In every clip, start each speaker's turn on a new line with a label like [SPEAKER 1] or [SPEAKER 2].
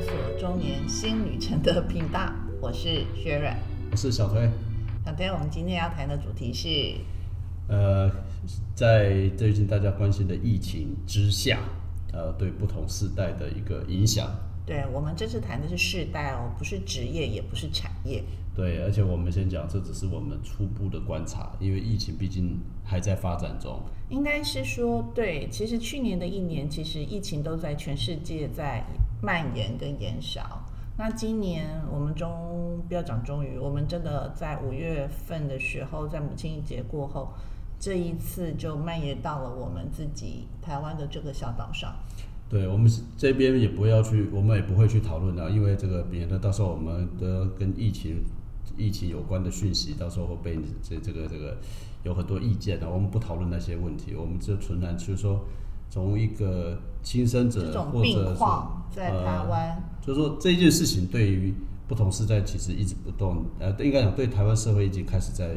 [SPEAKER 1] 索中年新旅程的频道， 我是薛软。
[SPEAKER 2] 我是小推。
[SPEAKER 1] 小天，我们今天要谈的主题是
[SPEAKER 2] 呃，在最近大家关心的疫情之下，呃，对不同世代的一个影响。
[SPEAKER 1] 对，我们这次谈的是世代哦，不是职业，也不是产业。
[SPEAKER 2] 对，而且我们先讲，这只是我们初步的观察，因为疫情毕竟还在发展中。
[SPEAKER 1] 应该是说，对，其实去年的一年，其实疫情都在全世界在蔓延跟延烧。那今年我们终不要讲终于，我们真的在五月份的时候，在母亲节过后，这一次就蔓延到了我们自己台湾的这个小岛上。
[SPEAKER 2] 对我们是这边也不要去，我们也不会去讨论的、因为这个免得到时候我们的跟疫情疫情有关的讯息，到时候会被这这个这个有很多意见啊的、我们不讨论那些问题，我们就纯然就是说从一个亲身者
[SPEAKER 1] 这种
[SPEAKER 2] 或者
[SPEAKER 1] 病
[SPEAKER 2] 是呃
[SPEAKER 1] 况在台湾，
[SPEAKER 2] 就是说这件事情对于不同时代其实一直不断，呃，应该讲对台湾社会已经开始在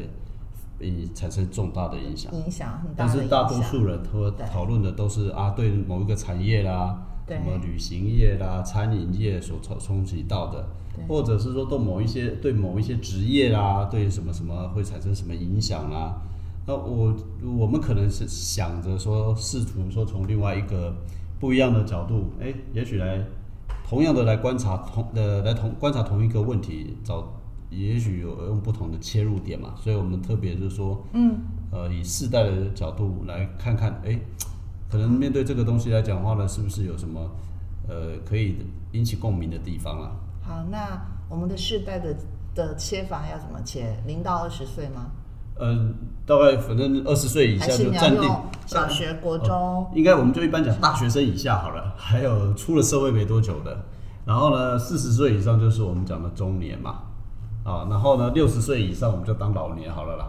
[SPEAKER 2] 嗯产生重大的影响。
[SPEAKER 1] 影响很大
[SPEAKER 2] 但
[SPEAKER 1] 的
[SPEAKER 2] 是
[SPEAKER 1] 影
[SPEAKER 2] 大多
[SPEAKER 1] 响。
[SPEAKER 2] 数人都
[SPEAKER 1] 对
[SPEAKER 2] 讨论的都是啊，对某一个产业啦，
[SPEAKER 1] 对
[SPEAKER 2] 什么旅行业啦、餐饮业所冲冲击到的，
[SPEAKER 1] 对
[SPEAKER 2] 或者是说对某一些对某一些职业啦，对什么什么会产生什么影响啦。那我我们可能是想着说，试图说从另外一个不一样的角度，哎，也许来同样的来观察同呃来同观察同一个问题，找也许有用不同的切入点嘛。所以我们特别就是说，
[SPEAKER 1] 嗯，
[SPEAKER 2] 呃，以世代的角度来看看，哎，可能面对这个东西来讲的话呢，是不是有什么呃可以引起共鸣的地方啊？
[SPEAKER 1] 好，那我们的世代的的切法要怎么切？零到二十岁吗？
[SPEAKER 2] 呃，大概反正二十岁以
[SPEAKER 1] 还
[SPEAKER 2] 下
[SPEAKER 1] 是
[SPEAKER 2] 就
[SPEAKER 1] 你要
[SPEAKER 2] 暂定呃哦
[SPEAKER 1] 用，小学、国中？
[SPEAKER 2] 应该我们就一般讲大学生以下好了，还有出了社会没多久的，然后呢，四十岁以上就是我们讲的中年嘛，啊，然后呢，六十岁以上我们就当老年好了啦。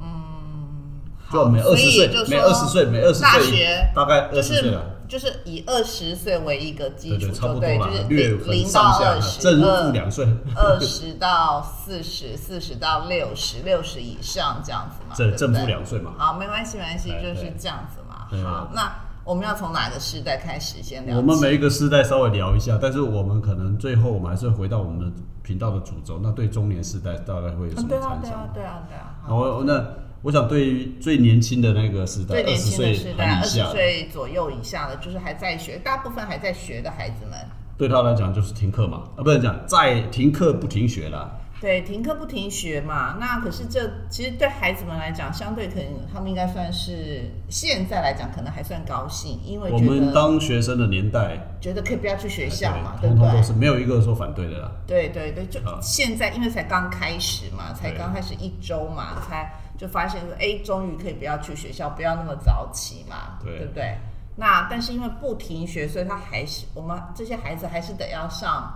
[SPEAKER 1] 嗯好
[SPEAKER 2] 就每二
[SPEAKER 1] 所
[SPEAKER 2] 十
[SPEAKER 1] 以
[SPEAKER 2] 岁
[SPEAKER 1] 就，
[SPEAKER 2] 每
[SPEAKER 1] 说
[SPEAKER 2] 二十岁，每二十
[SPEAKER 1] 大
[SPEAKER 2] 岁
[SPEAKER 1] 学，
[SPEAKER 2] 大概
[SPEAKER 1] 就
[SPEAKER 2] 二十岁
[SPEAKER 1] 是
[SPEAKER 2] 了。
[SPEAKER 1] 就是以二十岁为一个基础，
[SPEAKER 2] 对对，差
[SPEAKER 1] 就
[SPEAKER 2] 不多
[SPEAKER 1] 对，
[SPEAKER 2] 啦，
[SPEAKER 1] 就是
[SPEAKER 2] 略
[SPEAKER 1] 零
[SPEAKER 2] 很
[SPEAKER 1] 零到
[SPEAKER 2] 上下
[SPEAKER 1] 二
[SPEAKER 2] 啦，
[SPEAKER 1] 十，
[SPEAKER 2] 正负两岁，
[SPEAKER 1] 二十到四十，四十到六十，六十以上这样子嘛，对
[SPEAKER 2] 正
[SPEAKER 1] 不
[SPEAKER 2] 正负
[SPEAKER 1] 对
[SPEAKER 2] 两岁嘛。
[SPEAKER 1] 好，没关系，没关系，
[SPEAKER 2] 哎
[SPEAKER 1] 就
[SPEAKER 2] 对
[SPEAKER 1] 是这样子嘛。
[SPEAKER 2] 对
[SPEAKER 1] 好，那我们要从哪个时代开始先聊起？
[SPEAKER 2] 我们每一个时代稍微聊一下，但是我们可能最后我们还是回到我们的频道的主轴，那对中年时代大概会有什
[SPEAKER 1] 啊
[SPEAKER 2] 么
[SPEAKER 1] 对啊，对
[SPEAKER 2] 影
[SPEAKER 1] 啊
[SPEAKER 2] 响？，
[SPEAKER 1] 对啊，对啊。
[SPEAKER 2] 然
[SPEAKER 1] 好
[SPEAKER 2] 后那我想对于最年轻的那个时代，
[SPEAKER 1] 最
[SPEAKER 2] 二
[SPEAKER 1] 年
[SPEAKER 2] 十
[SPEAKER 1] 轻的
[SPEAKER 2] 岁
[SPEAKER 1] 时代，
[SPEAKER 2] 还以
[SPEAKER 1] 二十
[SPEAKER 2] 下，
[SPEAKER 1] 岁左右以下的，就是还在学，大部分还在学的孩子们，
[SPEAKER 2] 对他来讲就是停课嘛，啊，不能讲在停课不停学啦。
[SPEAKER 1] 对，停课不停学嘛。那可是这其实对孩子们来讲，相对可能他们应该算是现在来讲，可能还算高兴，因为
[SPEAKER 2] 我
[SPEAKER 1] 觉
[SPEAKER 2] 们
[SPEAKER 1] 得
[SPEAKER 2] 当学生的年代，哎
[SPEAKER 1] 觉得可以不要去学
[SPEAKER 2] 对
[SPEAKER 1] 校嘛，对
[SPEAKER 2] 通
[SPEAKER 1] 不
[SPEAKER 2] 通
[SPEAKER 1] 对
[SPEAKER 2] 都？是没有一个说反对的啦。
[SPEAKER 1] 对对对，就
[SPEAKER 2] 啊
[SPEAKER 1] 现在，因为才刚开始嘛，才
[SPEAKER 2] 对
[SPEAKER 1] 刚开始一周嘛，才就发现说，哎，终于可以不要去学校，不要那么早起嘛，
[SPEAKER 2] 对
[SPEAKER 1] 不对？那但是因为不停学，所以他还是我们这些孩子还是得要上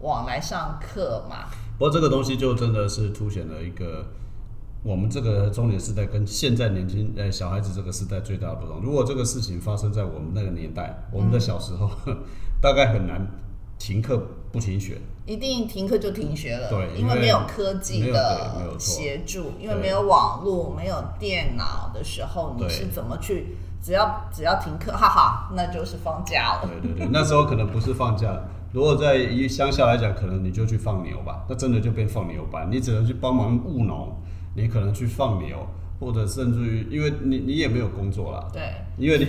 [SPEAKER 1] 网来上课嘛。
[SPEAKER 2] 不过这个东西就真的是凸显了一个我们这个中年时代跟现在年轻呃小孩子这个时代最大的不同。如果这个事情发生在我们那个年代，我们的小时候， 大概很难停课不停学。
[SPEAKER 1] 一定停课就停学了，
[SPEAKER 2] 对
[SPEAKER 1] 因
[SPEAKER 2] 因为
[SPEAKER 1] 没有科技的
[SPEAKER 2] 没有对没有错
[SPEAKER 1] 协助，因为
[SPEAKER 2] 对
[SPEAKER 1] 没有网络、没有电脑的时候，你
[SPEAKER 2] 对
[SPEAKER 1] 是怎么去？只要只要停课，哈哈，那就是放假了。
[SPEAKER 2] 对对对，那时候可能不是放假。如果在一乡下来讲，可能你就去放牛吧，那真的就变放牛班，你只能去帮忙务农，你可能去放牛，或者甚至于，因为你你也没有工作啦，
[SPEAKER 1] 对，
[SPEAKER 2] 因为你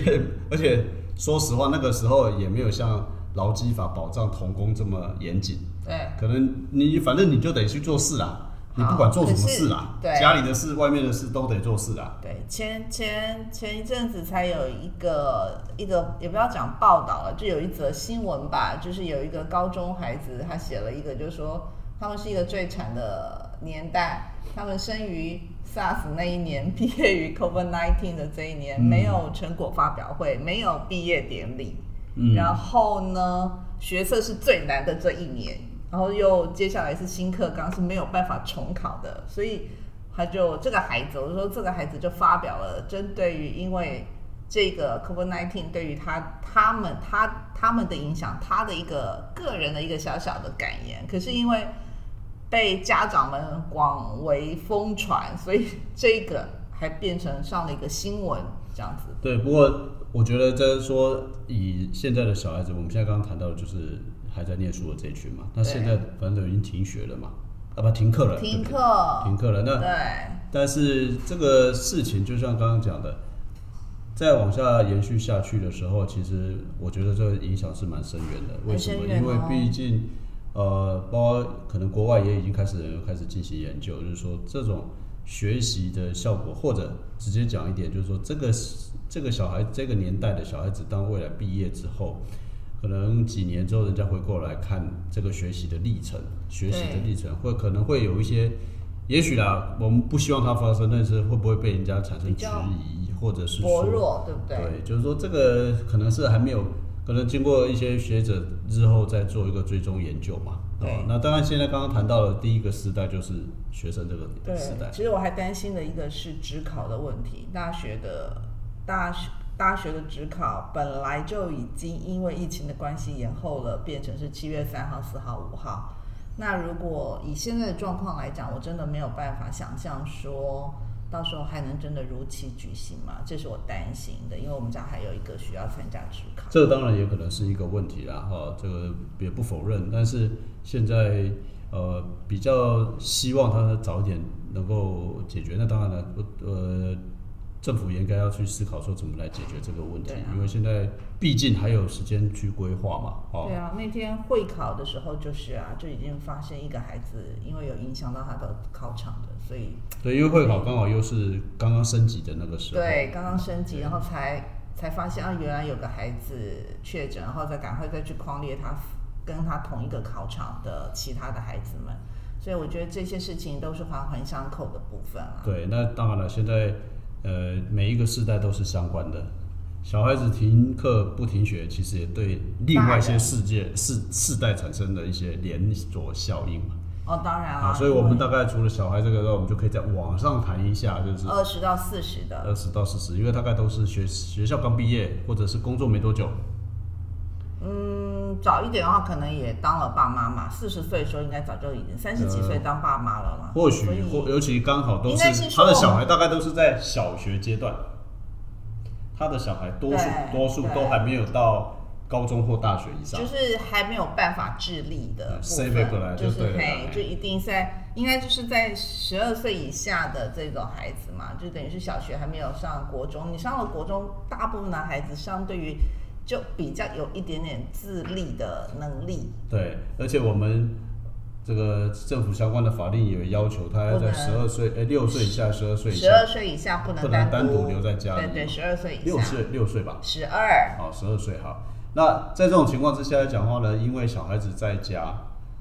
[SPEAKER 2] 而且说实话，那个时候也没有像劳基法保障童工这么严谨，
[SPEAKER 1] 对，
[SPEAKER 2] 可能你反正你就得去做事啦，你不管做什么事啦
[SPEAKER 1] 好，可是对
[SPEAKER 2] 家里的事、外面的事都得做事啊啦。
[SPEAKER 1] 对，前前前一阵子才有一个一个，也不要讲报道了，就有一则新闻吧，就是有一个高中孩子，他写了一个，就是说他们是一个最惨的年代，他们生于 SARS 那一年， 毕业于 COVID-19 的这一年，没有成果发表会，没有毕业典礼，
[SPEAKER 2] 嗯，
[SPEAKER 1] 然后呢，学测是最难的这一年，然后又接下来是新课纲是没有办法重考的，所以他就这个孩子，我说这个孩子就发表了针对于因为这个 COVID-19 对于他他们他他们的影响，他的一个个人的一个小小的感言，可是因为。被家长们广为疯传，所以这个还变成上了一个新闻，这样子。
[SPEAKER 2] 对。不过我觉得这说以现在的小孩子，我们现在刚刚谈到的就是还在念书的这一群嘛，那
[SPEAKER 1] 对
[SPEAKER 2] 现在反正都已经停学了嘛，啊不停课了，对
[SPEAKER 1] 停
[SPEAKER 2] 不对
[SPEAKER 1] 课，
[SPEAKER 2] 停课了。那
[SPEAKER 1] 对，
[SPEAKER 2] 但是这个事情就像刚刚讲的，再往下延续下去的时候，其实我觉得这个影响是蛮深远的。为
[SPEAKER 1] 很
[SPEAKER 2] 什
[SPEAKER 1] 深
[SPEAKER 2] 么？
[SPEAKER 1] 远
[SPEAKER 2] 因为
[SPEAKER 1] 哦
[SPEAKER 2] 毕竟，呃，包括可能国外也已经开始有人开始进行研究，就是说这种学习的效果，或者直接讲一点，就是说这个这个小孩这个年代的小孩子，当未来毕业之后。可能几年之后，人家回过来看这个学习的历程，学习
[SPEAKER 1] 对
[SPEAKER 2] 的历程，会可能会有一些也许啦，我们不希望它发生，但是会不会被人家产生
[SPEAKER 1] 比
[SPEAKER 2] 质
[SPEAKER 1] 较
[SPEAKER 2] 疑，或者是
[SPEAKER 1] 薄
[SPEAKER 2] 说
[SPEAKER 1] 弱，对不对？
[SPEAKER 2] 对，就是说这个可能是还没有，可能经过一些学者日后再做一个追踪研究嘛。
[SPEAKER 1] 对
[SPEAKER 2] 哦那当然现在刚刚谈到的第一个时代就是学生这个
[SPEAKER 1] 对
[SPEAKER 2] 时代，
[SPEAKER 1] 其实我还担心的一个是职考的问题，大学的大学大学的职考本来就已经因为疫情的关系延后了，变成是七月三号、四号、五号。那如果以现在的状况来讲，我真的没有办法想象说到时候还能真的如期举行吗？这是我担心的，因为我们家还有一个需要参加职考。
[SPEAKER 2] 这个当然也可能是一个问题啦，哈、这个也不否认。但是现在呃比较希望它早一点能够解决。那当然了，呃，政府也应该要去思考说怎么来解决这个问题，
[SPEAKER 1] 对啊
[SPEAKER 2] 因为现在毕竟还有时间去规划嘛，哦
[SPEAKER 1] 对，啊，那天会考的时候就是啊，就已经发现一个孩子因为有影响到他的考场的，所以
[SPEAKER 2] 对，因为会考刚好又是刚刚升级的那个时候，
[SPEAKER 1] 对，刚刚升级，然后才才发现啊，原来有个孩子确诊，然后再赶快再去框列他跟他同一个考场的其他的孩子们，所以我觉得这些事情都是环环相扣的部分啊。
[SPEAKER 2] 对，那当然了，现在呃每一个世代都是相关的。小孩子停课不停学，其实也对另外一些世界世世代产生的一些连锁效应嘛。
[SPEAKER 1] 哦，当然
[SPEAKER 2] 啊，
[SPEAKER 1] 啊，
[SPEAKER 2] 所以我们大概除了小孩这个之外，我们就可以在网上谈一下，就是呃
[SPEAKER 1] 二十到四十的，
[SPEAKER 2] 二十到四十，因为大概都是学学校刚毕业，或者是工作没多久。
[SPEAKER 1] 嗯，早一点的话可能也当了爸妈嘛，四十岁的时候应该早就已经三十几岁当爸妈了嘛，
[SPEAKER 2] 呃或许
[SPEAKER 1] 啊所以
[SPEAKER 2] 或尤其刚好都
[SPEAKER 1] 应
[SPEAKER 2] 是
[SPEAKER 1] 该是
[SPEAKER 2] 他
[SPEAKER 1] 说
[SPEAKER 2] 的小孩，大概都是在小学阶段，他的小孩多数
[SPEAKER 1] 对
[SPEAKER 2] 多数都
[SPEAKER 1] 对
[SPEAKER 2] 还没有到高中或大学以上
[SPEAKER 1] 就。是还没有办法自立的
[SPEAKER 2] 嗯
[SPEAKER 1] 部
[SPEAKER 2] 塞不过来
[SPEAKER 1] 分，
[SPEAKER 2] 就是对了
[SPEAKER 1] 嘿
[SPEAKER 2] 哎，
[SPEAKER 1] 就一定在，应该就是在十二岁以下的这种孩子嘛，就等于是小学还没有上国中。你上了国中，大部分的孩子相对于就比较有一点点自立的能力，
[SPEAKER 2] 对，而且我们这个政府相关的法令也要求，他要
[SPEAKER 1] 不
[SPEAKER 2] 在
[SPEAKER 1] 能
[SPEAKER 2] 十二岁，哎，六岁以下，十二岁以
[SPEAKER 1] 十
[SPEAKER 2] 下，
[SPEAKER 1] 二岁以下不
[SPEAKER 2] 不
[SPEAKER 1] 能
[SPEAKER 2] 能单
[SPEAKER 1] 单
[SPEAKER 2] 独留在家里
[SPEAKER 1] 对对，十二岁以
[SPEAKER 2] 六
[SPEAKER 1] 下，
[SPEAKER 2] 岁六岁吧，
[SPEAKER 1] 十二，
[SPEAKER 2] 好，十二岁好。那在这种情况之下来讲话呢，因为小孩子在家，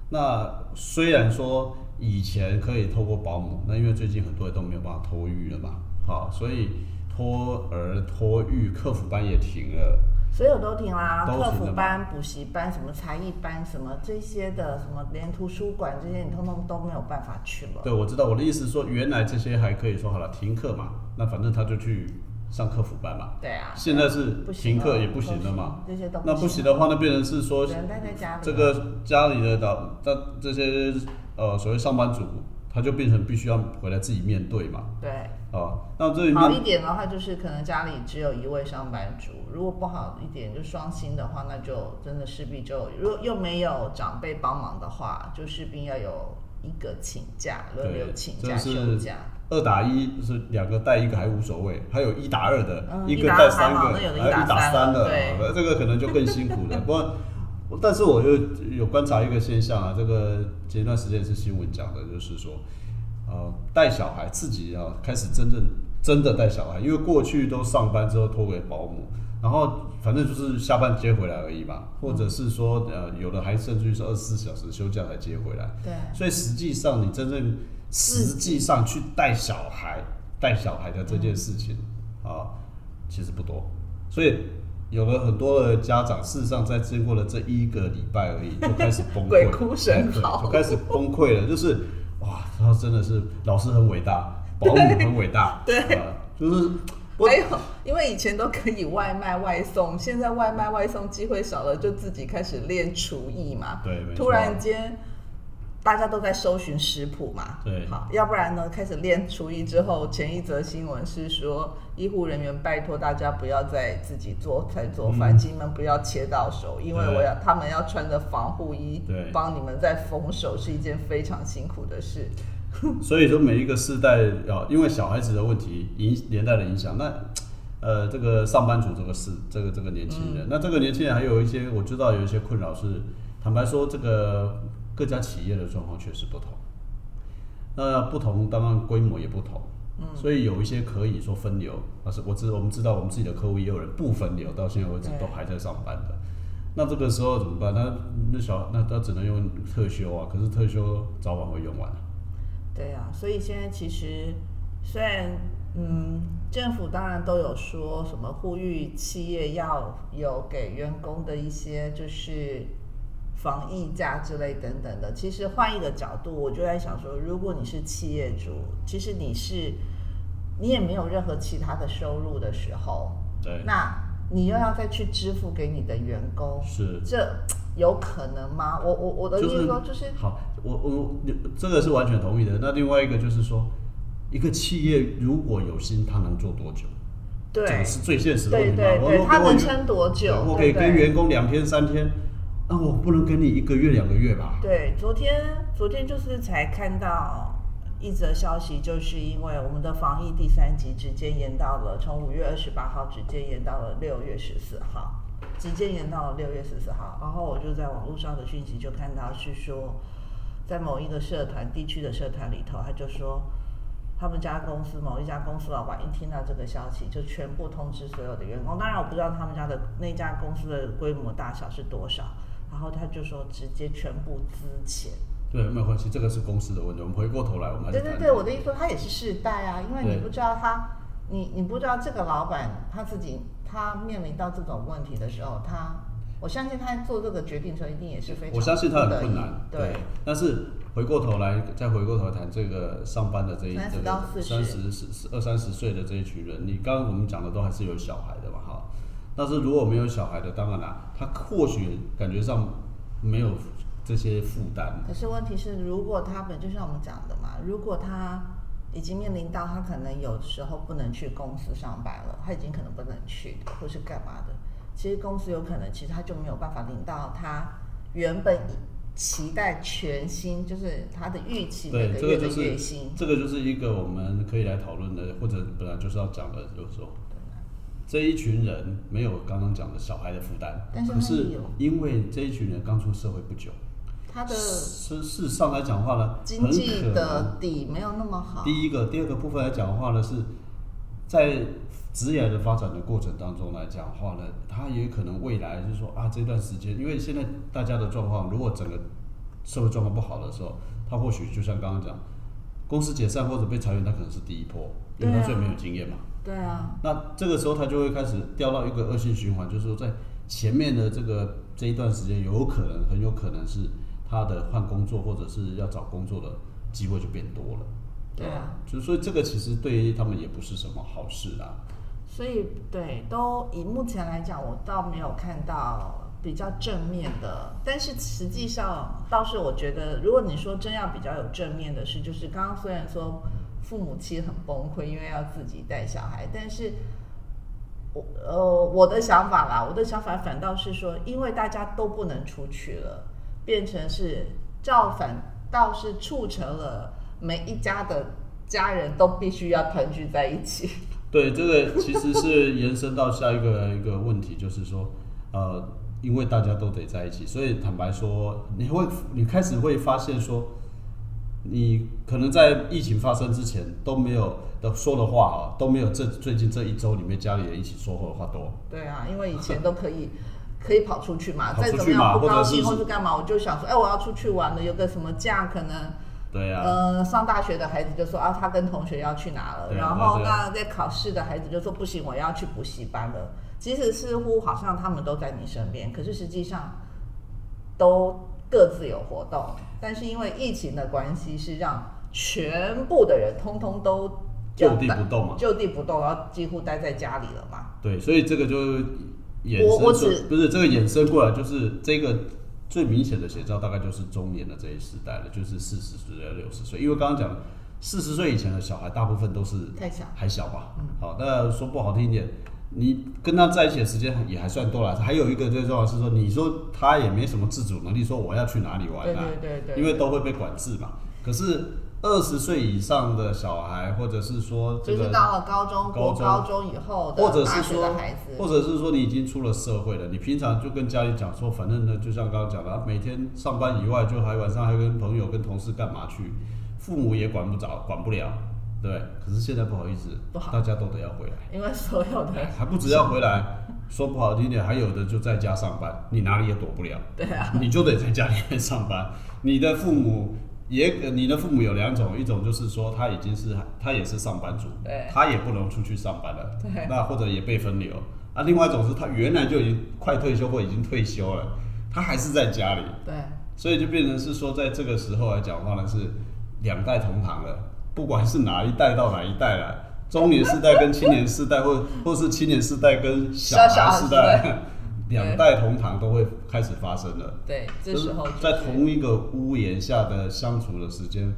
[SPEAKER 2] 那虽然说以前可以透过保姆，那因为最近很多人都没有办法托育了嘛，好，所以托儿、托育、客服班也停了。
[SPEAKER 1] 所有都停啦，
[SPEAKER 2] 都停
[SPEAKER 1] 客
[SPEAKER 2] 了
[SPEAKER 1] 服
[SPEAKER 2] 吗
[SPEAKER 1] 班、补习班、什么才艺班、什么这些的，什么连图书馆这些，你通通都没有办法去了。
[SPEAKER 2] 对，我知道我的意思是说，原来这些还可以说好了，停课嘛，那反正他就去上客服班嘛。
[SPEAKER 1] 对啊，
[SPEAKER 2] 现在是
[SPEAKER 1] 不行
[SPEAKER 2] 停课
[SPEAKER 1] 了
[SPEAKER 2] 也不行了嘛，，
[SPEAKER 1] 都这些都
[SPEAKER 2] 那不行的话，那变成是说
[SPEAKER 1] 只能待在家里。
[SPEAKER 2] 这个家里的老，那这些呃所谓上班族，他就变成必须要回来自己面对嘛，
[SPEAKER 1] 对，
[SPEAKER 2] 啊，那这里
[SPEAKER 1] 好
[SPEAKER 2] 面
[SPEAKER 1] 一点的话就是可能家里只有一位上班族，如果不好一点就双薪的话，那就真的势必就如果又没有长辈帮忙的话，就势必要有一个请假轮流
[SPEAKER 2] 对
[SPEAKER 1] 请
[SPEAKER 2] 这
[SPEAKER 1] 假
[SPEAKER 2] 是
[SPEAKER 1] 休假。
[SPEAKER 2] 二打一就是两个带一个还无所谓，还有一打二的，
[SPEAKER 1] 嗯
[SPEAKER 2] 一个
[SPEAKER 1] 一打二
[SPEAKER 2] 带三个，
[SPEAKER 1] 还好
[SPEAKER 2] 还
[SPEAKER 1] 那有的
[SPEAKER 2] 有一
[SPEAKER 1] 一打
[SPEAKER 2] 打
[SPEAKER 1] 三
[SPEAKER 2] 三的，
[SPEAKER 1] 对
[SPEAKER 2] 啊这个可能就更辛 苦了。不过，但是我又有观察一个现象啊，这个前段时间是新闻讲的，就是说，呃，带小孩自己啊开始真正真的带小孩，因为过去都上班之后托给保姆。然后反正就是下班接回来而已嘛，或者是说呃，有的还甚至于是二十四小时休假才接回来。
[SPEAKER 1] 对，
[SPEAKER 2] 所以实际上，你真正实
[SPEAKER 1] 自
[SPEAKER 2] 际上去带小孩、带小孩的这件事情啊，其实不多。所以有了很多的家长，事实上在经过了这一个礼拜而已，就开始崩溃，
[SPEAKER 1] 鬼哭神
[SPEAKER 2] 对
[SPEAKER 1] 嚎
[SPEAKER 2] 就开始崩溃了。就是哇，他真的是老师很伟大，保姆很伟大，
[SPEAKER 1] 对
[SPEAKER 2] 啊就是 我
[SPEAKER 1] 还有，哎因为以前都可以外卖外送，现在外卖外送机会少了，就自己开始练厨艺嘛。
[SPEAKER 2] 对没错
[SPEAKER 1] 突然间大家都在搜寻食谱嘛，
[SPEAKER 2] 对
[SPEAKER 1] 好，要不然呢，开始练厨艺之后，前一则新闻是说，医护人员拜托大家不要再自己做菜做饭，
[SPEAKER 2] 嗯
[SPEAKER 1] 请你们不要切到手，因为
[SPEAKER 2] 对
[SPEAKER 1] 我要他们要穿着防护衣
[SPEAKER 2] 对，
[SPEAKER 1] 帮你们在缝手是一件非常辛苦的事。
[SPEAKER 2] 所以说每一个世代啊，因为小孩子的问题影连带的影响，那呃这个上班族这个是这个这个年轻人，那这个年轻人还有一些我知道有一些困扰是，坦白说这个各家企业的状况确实不同，那不同当然规模也不同。所以有一些可以说分流，而是我知我们知道我们自己的客户也有人不分流，到现在为止
[SPEAKER 1] 对
[SPEAKER 2] 都还在上班的。那这个时候怎么办？那那小那他只能用特休啊，可是特休早晚会用完啊。
[SPEAKER 1] 对啊，所以现在其实虽然嗯，政府当然都有说什么呼吁企业要有给员工的一些就是防疫假之类等等的。其实换一个角度，我就在想说，如果你是企业主，其实你是你也没有任何其他的收入的时候，
[SPEAKER 2] 对，
[SPEAKER 1] 那你又要再去支付给你的员工，
[SPEAKER 2] 是，
[SPEAKER 1] 这有可能吗？我我我的意
[SPEAKER 2] 就
[SPEAKER 1] 思
[SPEAKER 2] 是
[SPEAKER 1] 说就是
[SPEAKER 2] 好，我我你这个是完全同意的。那另外一个就是说，一个企业如果有心，它能做多久？
[SPEAKER 1] 对。
[SPEAKER 2] 这个是最现实的问
[SPEAKER 1] 对
[SPEAKER 2] 题
[SPEAKER 1] 对
[SPEAKER 2] 嘛。我
[SPEAKER 1] 对，
[SPEAKER 2] 我
[SPEAKER 1] 他
[SPEAKER 2] 我
[SPEAKER 1] 能撑多久？
[SPEAKER 2] 我可
[SPEAKER 1] 对
[SPEAKER 2] 以
[SPEAKER 1] 不
[SPEAKER 2] 跟
[SPEAKER 1] 对
[SPEAKER 2] 员工两天三天，那我不能给你一个月两个月吧？
[SPEAKER 1] 对，昨天昨天就是才看到一则消息，就是因为我们的防疫第三级直接延到了从五月二十八号直接延到了六月十四号，直接延到了六月十四号。然后我就在网络上的讯息就看到是说，在某一个社团地区的社团里头，他就说。他们家公司某一家公司老板一听到这个消息，就全部通知所有的员工。当然，我不知道他们家的那家公司的规模大小是多少，然后他就说直接全部资遣。
[SPEAKER 2] 对，没有关系，这个是公司的问题。我们回过头来，我们还是
[SPEAKER 1] 对对
[SPEAKER 2] 谈
[SPEAKER 1] 对，我的意思说他也是世代啊，因为你
[SPEAKER 2] 对
[SPEAKER 1] 不知道他，你你不知道这个老板他自己他面临到这种问题的时候，他我相信他做这个决定的时候一定也是非常
[SPEAKER 2] 我相信他
[SPEAKER 1] 不
[SPEAKER 2] 很
[SPEAKER 1] 得已
[SPEAKER 2] 困难，
[SPEAKER 1] 对，
[SPEAKER 2] 但是回过头来，再回过头谈这个上班的这一
[SPEAKER 1] 30
[SPEAKER 2] 这
[SPEAKER 1] 到
[SPEAKER 2] 个三
[SPEAKER 1] 40
[SPEAKER 2] 十四二三十岁的这一群人，你刚刚我们讲的都还是有小孩的嘛哈。但是如果没有小孩的，当然啦，他或许感觉上没有这些负担。
[SPEAKER 1] 可是问题是，如果他本就像我们讲的嘛，如果他已经面临到他可能有时候不能去公司上班了，他已经可能不能去，或是干嘛的，其实公司有可能其实他就没有办法领到他原本期待全薪，就是他的预期每
[SPEAKER 2] 对，
[SPEAKER 1] 个
[SPEAKER 2] 这
[SPEAKER 1] 月
[SPEAKER 2] 个
[SPEAKER 1] 的
[SPEAKER 2] 就是
[SPEAKER 1] 月薪。
[SPEAKER 2] 这个就是一个我们可以来讨论的，或者本来就是要讲的，就是说这一群人没有刚刚讲的小孩的负担，
[SPEAKER 1] 但是他
[SPEAKER 2] 可是
[SPEAKER 1] 有
[SPEAKER 2] 因为这一群人刚出社会不久，
[SPEAKER 1] 他的
[SPEAKER 2] 事事实上来讲话呢，
[SPEAKER 1] 经济
[SPEAKER 2] 很可
[SPEAKER 1] 的
[SPEAKER 2] 能
[SPEAKER 1] 底没有那么好。
[SPEAKER 2] 第一个、第二个部分来讲的话呢，是在职业的发展的过程当中来讲的话呢，他也可能未来就是说啊，这段时间，因为现在大家的状况，如果整个社会状况不好的时候，他或许就像刚刚讲，公司解散或者被裁员，他可能是第一波，因为
[SPEAKER 1] 对啊
[SPEAKER 2] 他最没有经验嘛。
[SPEAKER 1] 对啊，
[SPEAKER 2] 那这个时候他就会开始掉到一个恶性循环，就是说在前面的这个这一段时间，有可能很有可能是他的换工作或者是要找工作的机会就变多了。
[SPEAKER 1] 对啊，
[SPEAKER 2] 就所以这个其实对于他们也不是什么好事啦。
[SPEAKER 1] 所以对，都以目前来讲，我倒没有看到比较正面的，但是实际上倒是我觉得，如果你说真要比较有正面的事，就是刚刚虽然说父母亲很崩溃，因为要自己带小孩，但是。我呃，我的想法啦，我的想法反倒是说，因为大家都不能出去了，变成是照反倒是促成了每一家的家人都必须要团聚在一起。
[SPEAKER 2] 对，这个其实是延伸到下一个一个问题，就是说，呃，因为大家都得在一起，所以坦白说，你会你开始会发现说，你可能在疫情发生之前都没有的说的话啊，都没有这最近这一周里面家里人一起说过的话多。
[SPEAKER 1] 对啊，因为以前都可以 可以跑出去嘛，
[SPEAKER 2] 跑
[SPEAKER 1] 再
[SPEAKER 2] 出
[SPEAKER 1] 怎么
[SPEAKER 2] 去嘛
[SPEAKER 1] 样不
[SPEAKER 2] 或者
[SPEAKER 1] 高兴
[SPEAKER 2] 是
[SPEAKER 1] 或是干嘛，我就想说，哎，我要出去玩了，有个什么假可能。
[SPEAKER 2] 对啊呀、
[SPEAKER 1] 呃，上大学的孩子就说啊，他跟同学要去哪了，
[SPEAKER 2] 对啊
[SPEAKER 1] 然后
[SPEAKER 2] 对
[SPEAKER 1] 那
[SPEAKER 2] 啊
[SPEAKER 1] 在考试的孩子就说不行，我要去补习班了。其实似乎好像他们都在你身边，可是实际上都各自有活动，但是因为疫情的关系，是让全部的人通通都
[SPEAKER 2] 就地不动嘛
[SPEAKER 1] 就地不动，然后几乎待在家里了嘛。
[SPEAKER 2] 对，所以这个就衍
[SPEAKER 1] 我我
[SPEAKER 2] 生
[SPEAKER 1] 只
[SPEAKER 2] 出不是这个衍生过来，就是这个最明显的写照大概就是中年的这一时代了，就是四十岁到六十岁，因为刚刚讲四十岁以前的小孩大部分都是
[SPEAKER 1] 太小，嗯
[SPEAKER 2] 还小吧，好，那说不好听一点，你跟他在一起的时间也还算多了。还有一个最重要的是说，你说他也没什么自主能力，说我要去哪里玩
[SPEAKER 1] 对
[SPEAKER 2] 啊，
[SPEAKER 1] 对对对，
[SPEAKER 2] 因为都会被管制嘛。可是二十岁以上的小孩，或者是说这
[SPEAKER 1] 就是
[SPEAKER 2] 个，
[SPEAKER 1] 到了高中、国
[SPEAKER 2] 高中
[SPEAKER 1] 高中以后的
[SPEAKER 2] 或者
[SPEAKER 1] 大
[SPEAKER 2] 是
[SPEAKER 1] 学
[SPEAKER 2] 说
[SPEAKER 1] 的孩子，
[SPEAKER 2] 或者是说你已经出了社会了，你平常就跟家里讲说，反正呢，就像刚刚讲的，啊每天上班以外，就还晚上还跟朋友、跟同事干嘛去，父母也管不着，管不了，对不对。可是现在不好意思
[SPEAKER 1] 不，好
[SPEAKER 2] 大家都得要回来。
[SPEAKER 1] 因为所有 的
[SPEAKER 2] 还不只要回来，说不好听点，还有的就在家上班，你哪里也躲不了，
[SPEAKER 1] 对啊，
[SPEAKER 2] 你就得在家里面上班。你的父母也，呃你的父母有两种，一种就是说他已经是他也是上班族
[SPEAKER 1] 对，
[SPEAKER 2] 他也不能出去上班了
[SPEAKER 1] 对，
[SPEAKER 2] 那或者也被分流。啊，另外一种是他原来就已经快退休或已经退休了，他还是在家里，
[SPEAKER 1] 对
[SPEAKER 2] 所以就变成是说，在这个时候来讲的话呢，是两代同堂了，不管是哪一代到哪一代来，中年世代跟青年世代，或或是青年世代跟小
[SPEAKER 1] 小
[SPEAKER 2] 孩
[SPEAKER 1] 孩
[SPEAKER 2] 世
[SPEAKER 1] 世代
[SPEAKER 2] 代， 两代同堂都会开始发生了。
[SPEAKER 1] 对，这
[SPEAKER 2] 就是
[SPEAKER 1] 时候、就是、
[SPEAKER 2] 在同一个屋檐下的相处的时间，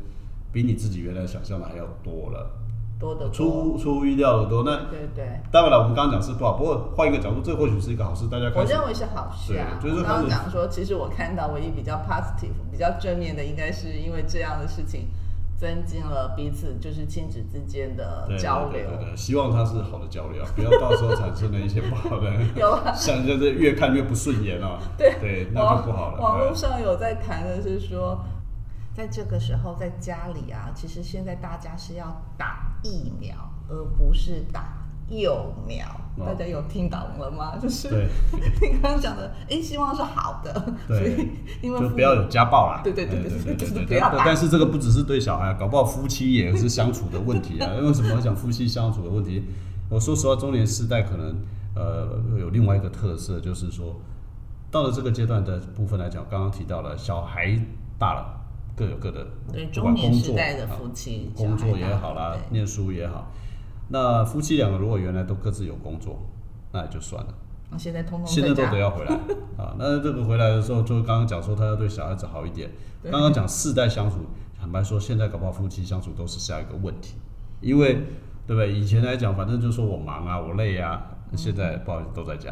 [SPEAKER 2] 比你自己原来想象的还要多了，
[SPEAKER 1] 多得
[SPEAKER 2] 出
[SPEAKER 1] 多，
[SPEAKER 2] 乎出乎意料的多。那
[SPEAKER 1] 对对，
[SPEAKER 2] 当然了，我们刚刚讲是不好，不过换一个角度，这或许是一个好事，大家
[SPEAKER 1] 我
[SPEAKER 2] 开始
[SPEAKER 1] 认为是好事啊。
[SPEAKER 2] 对就是
[SPEAKER 1] 我刚刚
[SPEAKER 2] 开始
[SPEAKER 1] 讲说，其实我看到唯一比较 positive、比较正面的，应该是因为这样的事情，增进了彼此就是亲子之间的
[SPEAKER 2] 对
[SPEAKER 1] 交
[SPEAKER 2] 对
[SPEAKER 1] 流。
[SPEAKER 2] 对对对，希望它是好的交流啊，不要到时候产生了一些不好的
[SPEAKER 1] 有啊，
[SPEAKER 2] 像就是越看越不顺眼啊。
[SPEAKER 1] 对
[SPEAKER 2] 那就不好了。
[SPEAKER 1] 网
[SPEAKER 2] 对
[SPEAKER 1] 络上有在谈的是说，在这个时候在家里啊，其实现在大家是要打疫苗，而不是打幼苗。
[SPEAKER 2] 哦
[SPEAKER 1] 大家有听懂了吗？就是
[SPEAKER 2] 对
[SPEAKER 1] 你刚刚讲的，哎，希望是好的，所
[SPEAKER 2] 对
[SPEAKER 1] 以因为
[SPEAKER 2] 就
[SPEAKER 1] 父
[SPEAKER 2] 不要
[SPEAKER 1] 母
[SPEAKER 2] 有家暴啦。
[SPEAKER 1] 对对对
[SPEAKER 2] 哎
[SPEAKER 1] 对
[SPEAKER 2] 对
[SPEAKER 1] 对
[SPEAKER 2] 对
[SPEAKER 1] 就是
[SPEAKER 2] 对
[SPEAKER 1] 不要打
[SPEAKER 2] 但是这个不只是对小孩，啊搞不好夫妻也是相处的问题啊。 因为什么要讲夫妻相处的问题？我说实话，中年世代可能呃有另外一个特色，就是说到了这个阶段的部分来讲，刚刚提到了小孩大了，各有各的
[SPEAKER 1] 对
[SPEAKER 2] 不
[SPEAKER 1] 中
[SPEAKER 2] 管
[SPEAKER 1] 年
[SPEAKER 2] 工
[SPEAKER 1] 时
[SPEAKER 2] 作
[SPEAKER 1] 代的
[SPEAKER 2] 啊
[SPEAKER 1] 夫妻，
[SPEAKER 2] 工作也好
[SPEAKER 1] 小孩
[SPEAKER 2] 啦
[SPEAKER 1] 大，对
[SPEAKER 2] 念书也好，那夫妻两个如果原来都各自有工作，那也就算了，
[SPEAKER 1] 那啊现在通通
[SPEAKER 2] 现在
[SPEAKER 1] 在
[SPEAKER 2] 都
[SPEAKER 1] 家
[SPEAKER 2] 得要 回来啊。那这个回来的时候，就刚刚讲说他要对小孩子好一点，
[SPEAKER 1] 对
[SPEAKER 2] 刚刚讲世代相处，坦白说，现在搞不好夫妻相处都是下一个问题，因为对不对？以前来讲，反正就说我忙啊，我累啊，现
[SPEAKER 1] 嗯
[SPEAKER 2] 在不好意思都在家，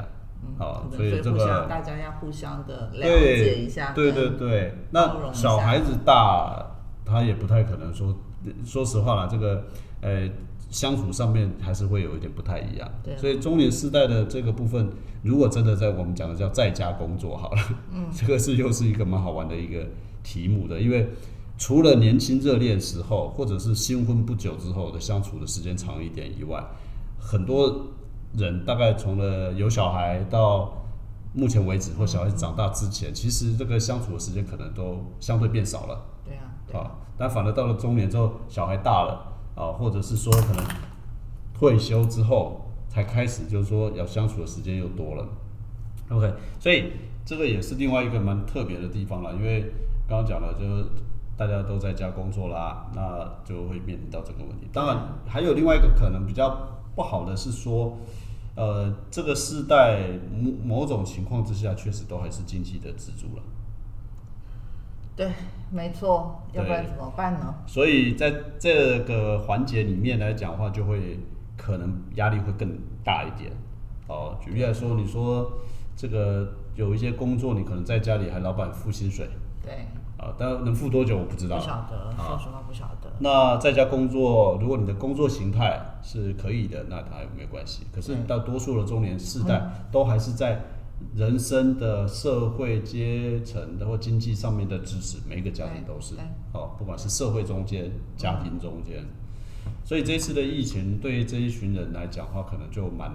[SPEAKER 2] 啊，
[SPEAKER 1] 对
[SPEAKER 2] 所以这
[SPEAKER 1] 互相
[SPEAKER 2] 个
[SPEAKER 1] 大家要互相的了
[SPEAKER 2] 对
[SPEAKER 1] 解一下，
[SPEAKER 2] 对对，对，
[SPEAKER 1] 包容
[SPEAKER 2] 那
[SPEAKER 1] 一
[SPEAKER 2] 小
[SPEAKER 1] 下
[SPEAKER 2] 孩子大，他也不太可能说，说实话啦，这个呃相处上面还是会有一点不太一样。
[SPEAKER 1] 对啊
[SPEAKER 2] 所以中年世代的这个部分，如果真的在我们讲的叫在家工作好了，嗯， 这个是又是一个蛮好玩的一个题目的，因为。除了年轻热恋时候，或者是新婚不久之后的相处的时间长一点以外，很多人大概从了有小孩到目前为止或小孩子长大之前，其实这个相处的时间可能都相对变少了
[SPEAKER 1] 对啊，对啊
[SPEAKER 2] 啊。但反而到了中年之后，小孩大了啊，或者是说可能退休之后才开始，就是说要相处的时间又多了。OK，所以这个也是另外一个蛮特别的地方了，因为刚刚讲了，就是大家都在家工作啦，那就会面临到这个问题。当然，还有另外一个可能比较不好的是说，呃，这个世代某某种情况之下，确实都还是经济的支柱了。
[SPEAKER 1] 对，没错，要不然
[SPEAKER 2] 对
[SPEAKER 1] 怎么办呢？
[SPEAKER 2] 所以在这个环节里面来讲的话，就会可能压力会更大一点。哦，举例来说，你说这个有一些工作，你可能在家里还老板付薪水
[SPEAKER 1] 对，
[SPEAKER 2] 啊，但能付多久我不知
[SPEAKER 1] 不
[SPEAKER 2] 道。
[SPEAKER 1] 晓得，
[SPEAKER 2] 啊
[SPEAKER 1] 说实话不晓得。
[SPEAKER 2] 那在家工作，如果你的工作形态是可以的，那它也没有关系。可是
[SPEAKER 1] 对
[SPEAKER 2] 大多数的中年世代都还是在人生的社会阶层的或经济上面的支持，每一个家庭都是
[SPEAKER 1] 对对，
[SPEAKER 2] 哦，不管是社会中间、家庭中间，所以这次的疫情对这一群人来讲的话，可能就蛮。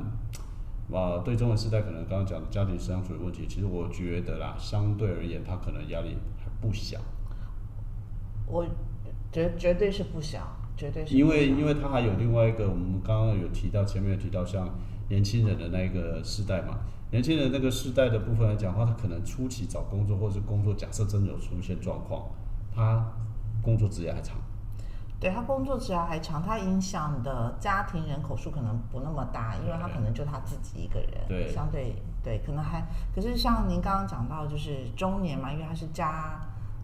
[SPEAKER 2] 啊，对中文世代可能刚刚讲家庭相处的问题，其实我觉得啦，相对而言，他可能压力还不小。
[SPEAKER 1] 我绝绝对是不小，绝对是
[SPEAKER 2] 因
[SPEAKER 1] 不
[SPEAKER 2] 为
[SPEAKER 1] 小
[SPEAKER 2] 因为它还有另外一个，我们刚刚有提到，前面有提到像年轻人的那一个世代嘛，年轻人那个世代的部分来讲的话，他可能初期找工作或者是工作，假设真的有出现状况，他工作职业还长，
[SPEAKER 1] 对他工作时长还长，他影响的家庭人口数可能不那么大，因为他
[SPEAKER 2] 对
[SPEAKER 1] 可能就他自己一个人，
[SPEAKER 2] 对
[SPEAKER 1] 相对对，可能还可是像您刚刚讲到，就是中年嘛，因为他是家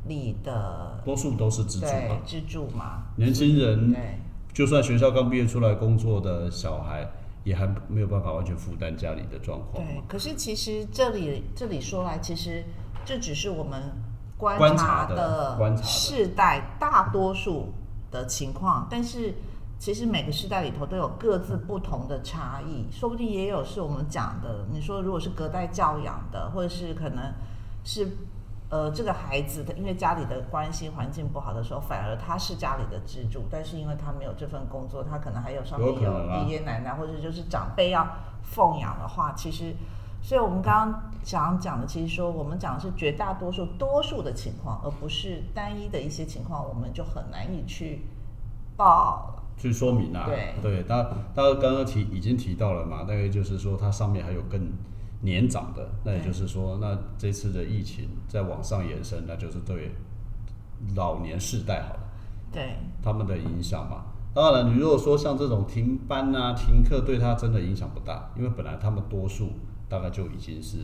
[SPEAKER 1] 里的
[SPEAKER 2] 多数都是支柱
[SPEAKER 1] 对
[SPEAKER 2] 吧。
[SPEAKER 1] 支柱嘛，
[SPEAKER 2] 年轻人
[SPEAKER 1] 对
[SPEAKER 2] 就算学校刚毕业出来工作的小孩，也还没有办法完全负担家里的状况
[SPEAKER 1] 对
[SPEAKER 2] 嘛。。
[SPEAKER 1] 可是其实这里这里说来，其实这只是我们观
[SPEAKER 2] 观
[SPEAKER 1] 察
[SPEAKER 2] 察的观察的
[SPEAKER 1] 世代大多数的情况，但是其实每个世代里头都有各自不同的差异，说不定也有是我们讲的，你说如果是隔代教养的，或者是可能是。呃，这个孩子他因为家里的关系环境不好的时候，反而他是家里的支柱，但是因为他没有这份工作，他可能还有上面
[SPEAKER 2] 有可能啊
[SPEAKER 1] 有爷爷奶奶或者就是长辈要奉养的话，其实，所以我们刚刚想讲的，其实说我们讲的是绝大多数多数的情况，而不是单一的一些情况，我们就很难以去报。
[SPEAKER 2] 去说明啊，
[SPEAKER 1] 对
[SPEAKER 2] 对，大大家刚刚提已经提到了嘛，大概就是说它上面还有更年长的，那也就是说，那这次的疫情再往上延伸，那就是对老年世代好了。
[SPEAKER 1] 对，
[SPEAKER 2] 他们的影响嘛。当然了，你如果说像这种停班啊、停课，对他真的影响不大，因为本来他们多数大概就已经是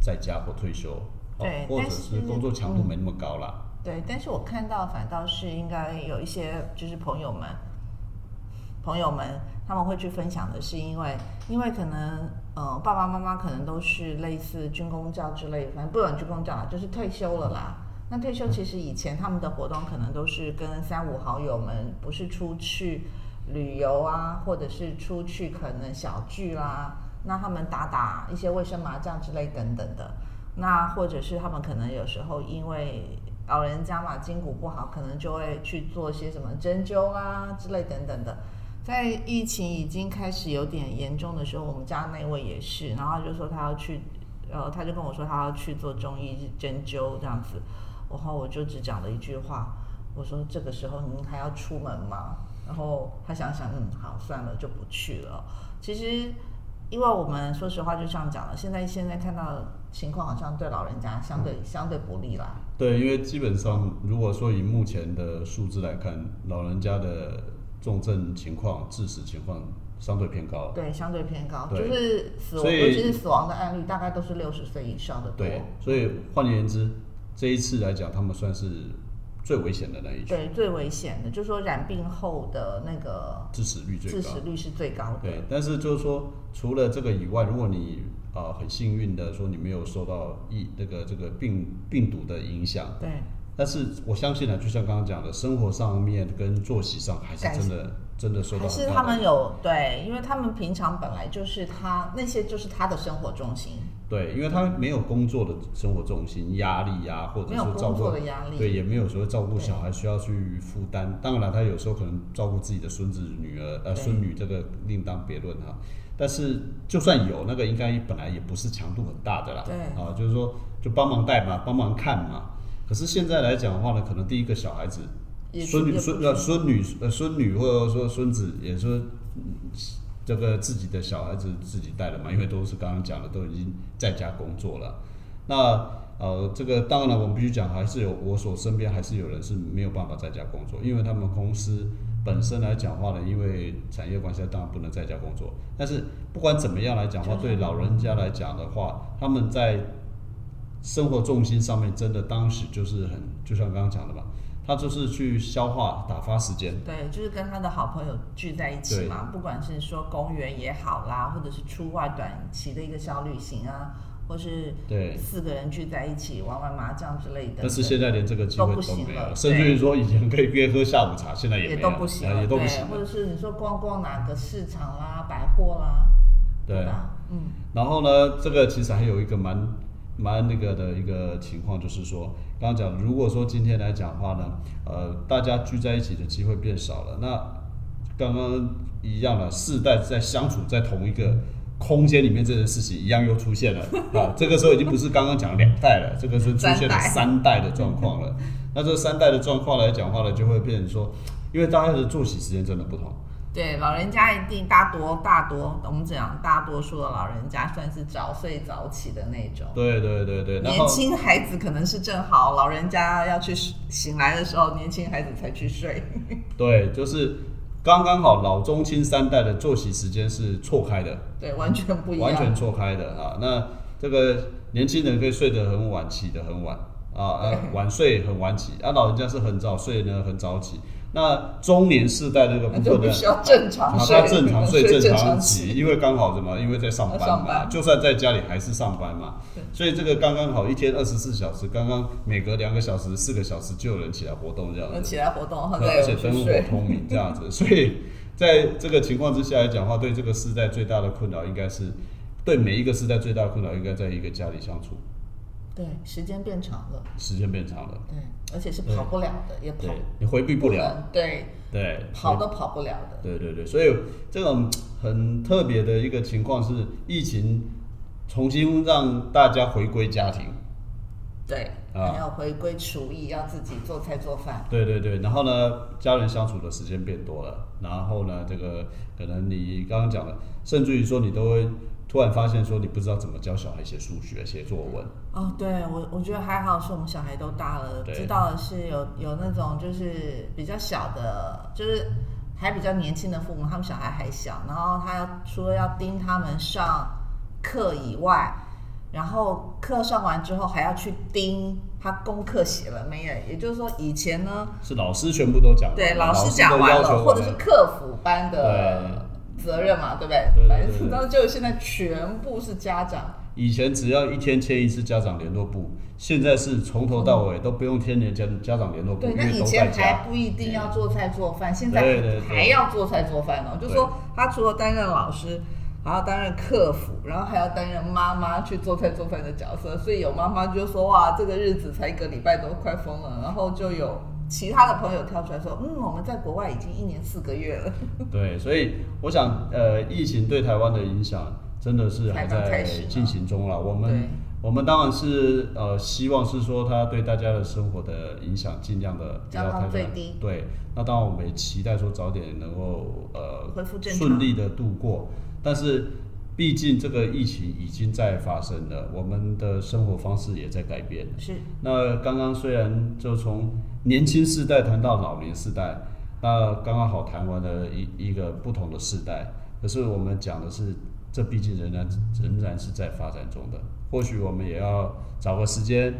[SPEAKER 2] 在家或退休，哦
[SPEAKER 1] 对
[SPEAKER 2] 或者
[SPEAKER 1] 但是嗯
[SPEAKER 2] 是工作强度没那么高啦。
[SPEAKER 1] 对，但是我看到反倒是应该有一些就是朋友们，朋友们他们会去分享的是因为，因为可能呃爸爸妈妈可能都是类似军工教之类，反正不管军工教啦，就是退休了啦。那退休其实以前他们的活动可能都是跟三五好友们，不是出去旅游啊，或者是出去可能小聚啦、那他们打打一些卫生麻将之类等等的。那或者是他们可能有时候因为老人家嘛筋骨不好，可能就会去做一些什么针灸啊之类等等的。在疫情已经开始有点严重的时候，我们家那位也是，然后他就说他要去，呃，他就跟我说他要去做中医针灸这样子，然后我就只讲了一句话，我说这个时候您还要出门吗？然后他想想，嗯，好，算了，就不去了。其实，因为我们说实话，就像讲了，现在现在看到的情况好像对老人家相对相对不利啦。
[SPEAKER 2] 对，因为基本上如果说以目前的数字来看，老人家的重症情况、致死情况相对偏高。
[SPEAKER 1] 对，相对偏高，就
[SPEAKER 2] 对
[SPEAKER 1] 是死亡，
[SPEAKER 2] 所以
[SPEAKER 1] 尤其是死亡的案例，大概都是六十岁以上的多。
[SPEAKER 2] 对，所以换言之，这一次来讲，他们算是最危险的那一群，
[SPEAKER 1] 对，最危险的就是说染病后的那个
[SPEAKER 2] 致死率最高。
[SPEAKER 1] 致死率是最高的。
[SPEAKER 2] 对，但是就是说，除了这个以外，如果你啊、呃很幸运的说你没有受到疫这个这个病病毒的影响，
[SPEAKER 1] 对
[SPEAKER 2] 但是我相信呢，啊就像刚刚讲的，生活上面跟作息上还是
[SPEAKER 1] 改
[SPEAKER 2] 真的真的受到
[SPEAKER 1] 还是
[SPEAKER 2] 很
[SPEAKER 1] 他
[SPEAKER 2] 大
[SPEAKER 1] 们
[SPEAKER 2] 的
[SPEAKER 1] 有对，因为他们平常本来就是他那些就是他的生活重心，
[SPEAKER 2] 对，因为他没有工作的生活重心压力呀、或者
[SPEAKER 1] 没有
[SPEAKER 2] 说照
[SPEAKER 1] 工
[SPEAKER 2] 顾
[SPEAKER 1] 作的压力。
[SPEAKER 2] 对，也没有所谓照顾
[SPEAKER 1] 对
[SPEAKER 2] 小孩需要去负担。当然，他有时候可能照顾自己的孙子、女儿、呃
[SPEAKER 1] 对
[SPEAKER 2] 孙女，这个另当别论哈。但是就算有那个，应该本来也不是强度很大的啦。
[SPEAKER 1] 对
[SPEAKER 2] 啊，就是说就帮忙带嘛，帮忙看嘛。可是现在来讲的话呢，可能第一个小孩子，
[SPEAKER 1] 也
[SPEAKER 2] 孙
[SPEAKER 1] 也
[SPEAKER 2] 女
[SPEAKER 1] 不
[SPEAKER 2] 孙
[SPEAKER 1] 是
[SPEAKER 2] 呃孙女呃孙女或者说孙子，也说嗯这个自己的小孩子自己带了嘛，因为都是刚刚讲的，都已经在家工作了。那呃，这个当然了，我们必须讲，还是有我所身边还是有人是没有办法在家工作，因为他们公司本身来讲话呢，因为产业关系，当然不能在家工作。但是不管怎么样来讲话， 对老人家来讲的话，他们在生活重心上面，真的当时就是很，就像刚刚讲的嘛，他就是去消化打发时间。
[SPEAKER 1] 对，就是跟他的好朋友聚在一起嘛，不管是说公园也好啦，或者是出外短期的一个小旅行啊，或是
[SPEAKER 2] 对，
[SPEAKER 1] 四个人聚在一起玩玩麻将之类的。
[SPEAKER 2] 但是现在连这个机会都
[SPEAKER 1] 都不
[SPEAKER 2] 没
[SPEAKER 1] 行
[SPEAKER 2] 有
[SPEAKER 1] 了
[SPEAKER 2] 了，甚至于说以前可以约喝下午茶，现在
[SPEAKER 1] 也
[SPEAKER 2] 没有
[SPEAKER 1] 都
[SPEAKER 2] 了，
[SPEAKER 1] 不行
[SPEAKER 2] 啊
[SPEAKER 1] 了，
[SPEAKER 2] 也都不行
[SPEAKER 1] 对，或者
[SPEAKER 2] 了。
[SPEAKER 1] 是你说逛逛哪个市场啦、百货啦，
[SPEAKER 2] 对
[SPEAKER 1] 吧？嗯，
[SPEAKER 2] 然后呢，这个其实还有一个蛮蛮那个的一个情况，就是说，刚刚讲，如果说今天来讲话呢，呃，大家聚在一起的机会变少了，那刚刚一样了，世代在相处在同一个空间里面这件事情一样又出现了啊，这个时候已经不是刚刚讲两代了，这个是出现了三代的状况了。那这三代的状况来讲话呢，就会变成说，因为大家的作息时间真的不同。
[SPEAKER 1] 对，老人家一定大多大多，我们讲大多数的老人家算是早睡早起的那种。
[SPEAKER 2] 对对对对，然
[SPEAKER 1] 年
[SPEAKER 2] 后
[SPEAKER 1] 轻孩子可能是正好老人家要去醒来的时候，年轻孩子才去睡。
[SPEAKER 2] 对，就是刚刚好老中青三代的作息时间是错开的，
[SPEAKER 1] 对，完全不一样。
[SPEAKER 2] 完全错开的啊。那这个年轻人可以睡得很晚，起得很晚 啊，呃晚睡很晚起，啊，老人家是很早睡呢，很早起。那中年世代那个部
[SPEAKER 1] 那就
[SPEAKER 2] 分
[SPEAKER 1] 必
[SPEAKER 2] 呢，
[SPEAKER 1] 须要正常
[SPEAKER 2] 啊
[SPEAKER 1] 睡，
[SPEAKER 2] 他正常睡
[SPEAKER 1] 睡
[SPEAKER 2] 正常
[SPEAKER 1] 常
[SPEAKER 2] 起，。因为刚好什么？因为在上班
[SPEAKER 1] 要上
[SPEAKER 2] 嘛，
[SPEAKER 1] 班
[SPEAKER 2] 就算在家里还是上班嘛
[SPEAKER 1] 对。
[SPEAKER 2] 所以这个刚刚好，一天二十四小时，刚刚每隔两个小时、四个小时就有人起来活动这样
[SPEAKER 1] 哦我
[SPEAKER 2] 子，
[SPEAKER 1] 起来活动，然后
[SPEAKER 2] 对
[SPEAKER 1] 再
[SPEAKER 2] 而且
[SPEAKER 1] 有去
[SPEAKER 2] 灯火
[SPEAKER 1] 睡。
[SPEAKER 2] 通明这样子。所以在这个情况之下来讲的话，对这个世代最大的困扰应该是，对每一个世代最大的困扰应该在一个家里相处，
[SPEAKER 1] 对，时间变长了，
[SPEAKER 2] 时间变长了，
[SPEAKER 1] 对，而且是跑不了的，也跑
[SPEAKER 2] 对你回避不了，，
[SPEAKER 1] 对，
[SPEAKER 2] 对，
[SPEAKER 1] 跑都跑不了的。
[SPEAKER 2] 对对对，所以这种很特别的一个情况是，疫情重新让大家回归家庭。
[SPEAKER 1] 对，
[SPEAKER 2] 啊
[SPEAKER 1] 还要回归厨艺，要自己做菜做饭。
[SPEAKER 2] 对对对，然后呢，家人相处的时间变多了，然后呢，这个可能你刚刚讲的，甚至于说你都会突然发现说你不知道怎么教小孩写数学、写作文。
[SPEAKER 1] 哦，对我我觉得还好，是我们小孩都大了，
[SPEAKER 2] 对
[SPEAKER 1] 知道的是有有那种就是比较小的，就是还比较年轻的父母，他们小孩还小，然后他要除了要盯他们上课以外，然后课上完之后还要去盯他功课写了没有，也就是说以前呢，
[SPEAKER 2] 是老师全部都讲完了，
[SPEAKER 1] 对老
[SPEAKER 2] 师
[SPEAKER 1] 师讲
[SPEAKER 2] 完
[SPEAKER 1] 完了，或者是客服班的责任嘛，对不对？
[SPEAKER 2] 对对对
[SPEAKER 1] 反正
[SPEAKER 2] 对
[SPEAKER 1] 然后就现在全部是家长。
[SPEAKER 2] 以前只要一天签一次家长联络簿，现在是从头到尾都不用签连家家长联络簿，
[SPEAKER 1] 对，
[SPEAKER 2] 因
[SPEAKER 1] 那
[SPEAKER 2] 为
[SPEAKER 1] 以
[SPEAKER 2] 都在
[SPEAKER 1] 前
[SPEAKER 2] 家。
[SPEAKER 1] 还不一定要做菜做饭，现
[SPEAKER 2] 对对
[SPEAKER 1] 在
[SPEAKER 2] 对
[SPEAKER 1] 还要做菜做饭哦。就
[SPEAKER 2] 对
[SPEAKER 1] 说他除了担任老师，还要担任客服，然后还要担任妈妈去做菜做饭的角色。所以有妈妈就说：“哇，这个日子才一个礼拜都快疯了。”然后就有其他的朋友跳出来说：“嗯，我们在国外已经一年四个月了。
[SPEAKER 2] 对，所以我想，呃，疫情对台湾的影响真的是还
[SPEAKER 1] 才刚
[SPEAKER 2] 在
[SPEAKER 1] 开始嘛
[SPEAKER 2] 进行中了。我”们
[SPEAKER 1] 对，
[SPEAKER 2] 我们当然是呃，希望是说它对大家的生活的影响尽量的不要
[SPEAKER 1] 降到
[SPEAKER 2] 太大
[SPEAKER 1] 最低。
[SPEAKER 2] 对，那当然我们也期待说早点能够
[SPEAKER 1] 恢
[SPEAKER 2] 呃
[SPEAKER 1] 复正常
[SPEAKER 2] 顺利的度过，但是。毕竟这个疫情已经在发生了，我们的生活方式也在改变。
[SPEAKER 1] 是
[SPEAKER 2] 那刚刚虽然就从年轻世代谈到老年世代，那刚刚好谈完了一一个不同的世代，可是我们讲的是，这毕竟仍然仍然是在发展中的。或许我们也要找个时间，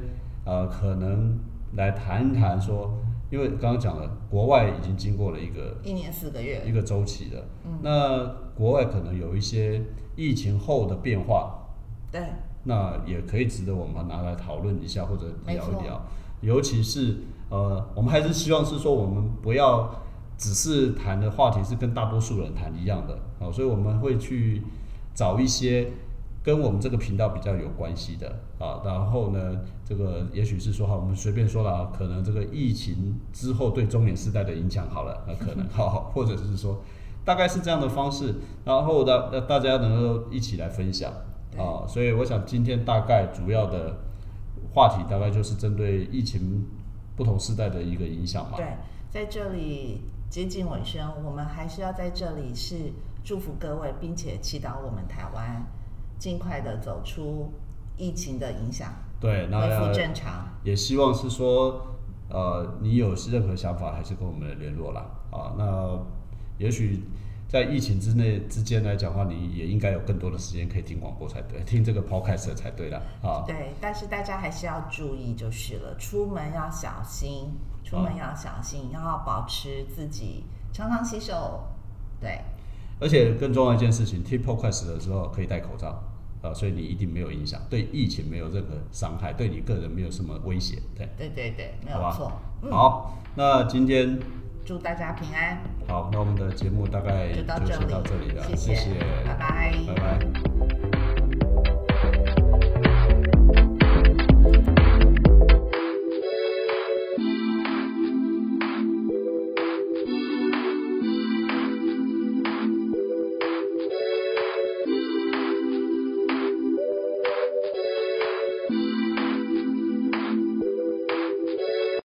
[SPEAKER 2] 呃，可能来谈一谈说，因为刚刚讲了，国外已经经过了一个
[SPEAKER 1] 一年四个月。
[SPEAKER 2] 一个周期了，那国外可能有一些疫情后的变化，
[SPEAKER 1] 对，
[SPEAKER 2] 那也可以值得我们拿来讨论一下或者
[SPEAKER 1] 没
[SPEAKER 2] 聊
[SPEAKER 1] 错
[SPEAKER 2] 一聊。尤其是呃，我们还是希望是说，我们不要只是谈的话题是跟大多数人谈一样的啊、哦所以我们会去找一些跟我们这个频道比较有关系的啊。然后呢，这个也许是说哈，我们随便说了啊，可能这个疫情之后对中年世代的影响好了，那啊可能 好，或者是说大概是这样的方式，然后呢，让大家能够一起来分享啊。所以我想今天大概主要的话题大概就是针对疫情不同时代的一个影响嘛。
[SPEAKER 1] 对，在这里接近尾声，我们还是要在这里是祝福各位，并且祈祷我们台湾尽快的走出疫情的影响，
[SPEAKER 2] 对，那
[SPEAKER 1] 恢复
[SPEAKER 2] 要
[SPEAKER 1] 正常。
[SPEAKER 2] 也希望是说，呃，你有任何想法还是跟我们联络啦啊。那也许在疫情之内之间来讲的话，你也应该有更多的时间可以听广播才对， 听这个 podcast 才对啦啊。
[SPEAKER 1] 对，但是大家还是要注意就是了，出门要小心，出门要小心，要保持自己常常洗手。对，
[SPEAKER 2] 而且更重要一件事情，听 podcast 的时候可以戴口罩啊，所以你一定没有影响，对疫情没有任何伤害，对你个人没有什么威胁。对，
[SPEAKER 1] 对对对，没有
[SPEAKER 2] 好吧
[SPEAKER 1] 错。嗯，
[SPEAKER 2] 好，那今天
[SPEAKER 1] 祝大家平安，
[SPEAKER 2] 好，那我们的节目大概
[SPEAKER 1] 就到
[SPEAKER 2] 就
[SPEAKER 1] 这
[SPEAKER 2] 先
[SPEAKER 1] 里
[SPEAKER 2] 到这里了，
[SPEAKER 1] 谢谢
[SPEAKER 2] 谢
[SPEAKER 1] 拜拜
[SPEAKER 2] 拜拜。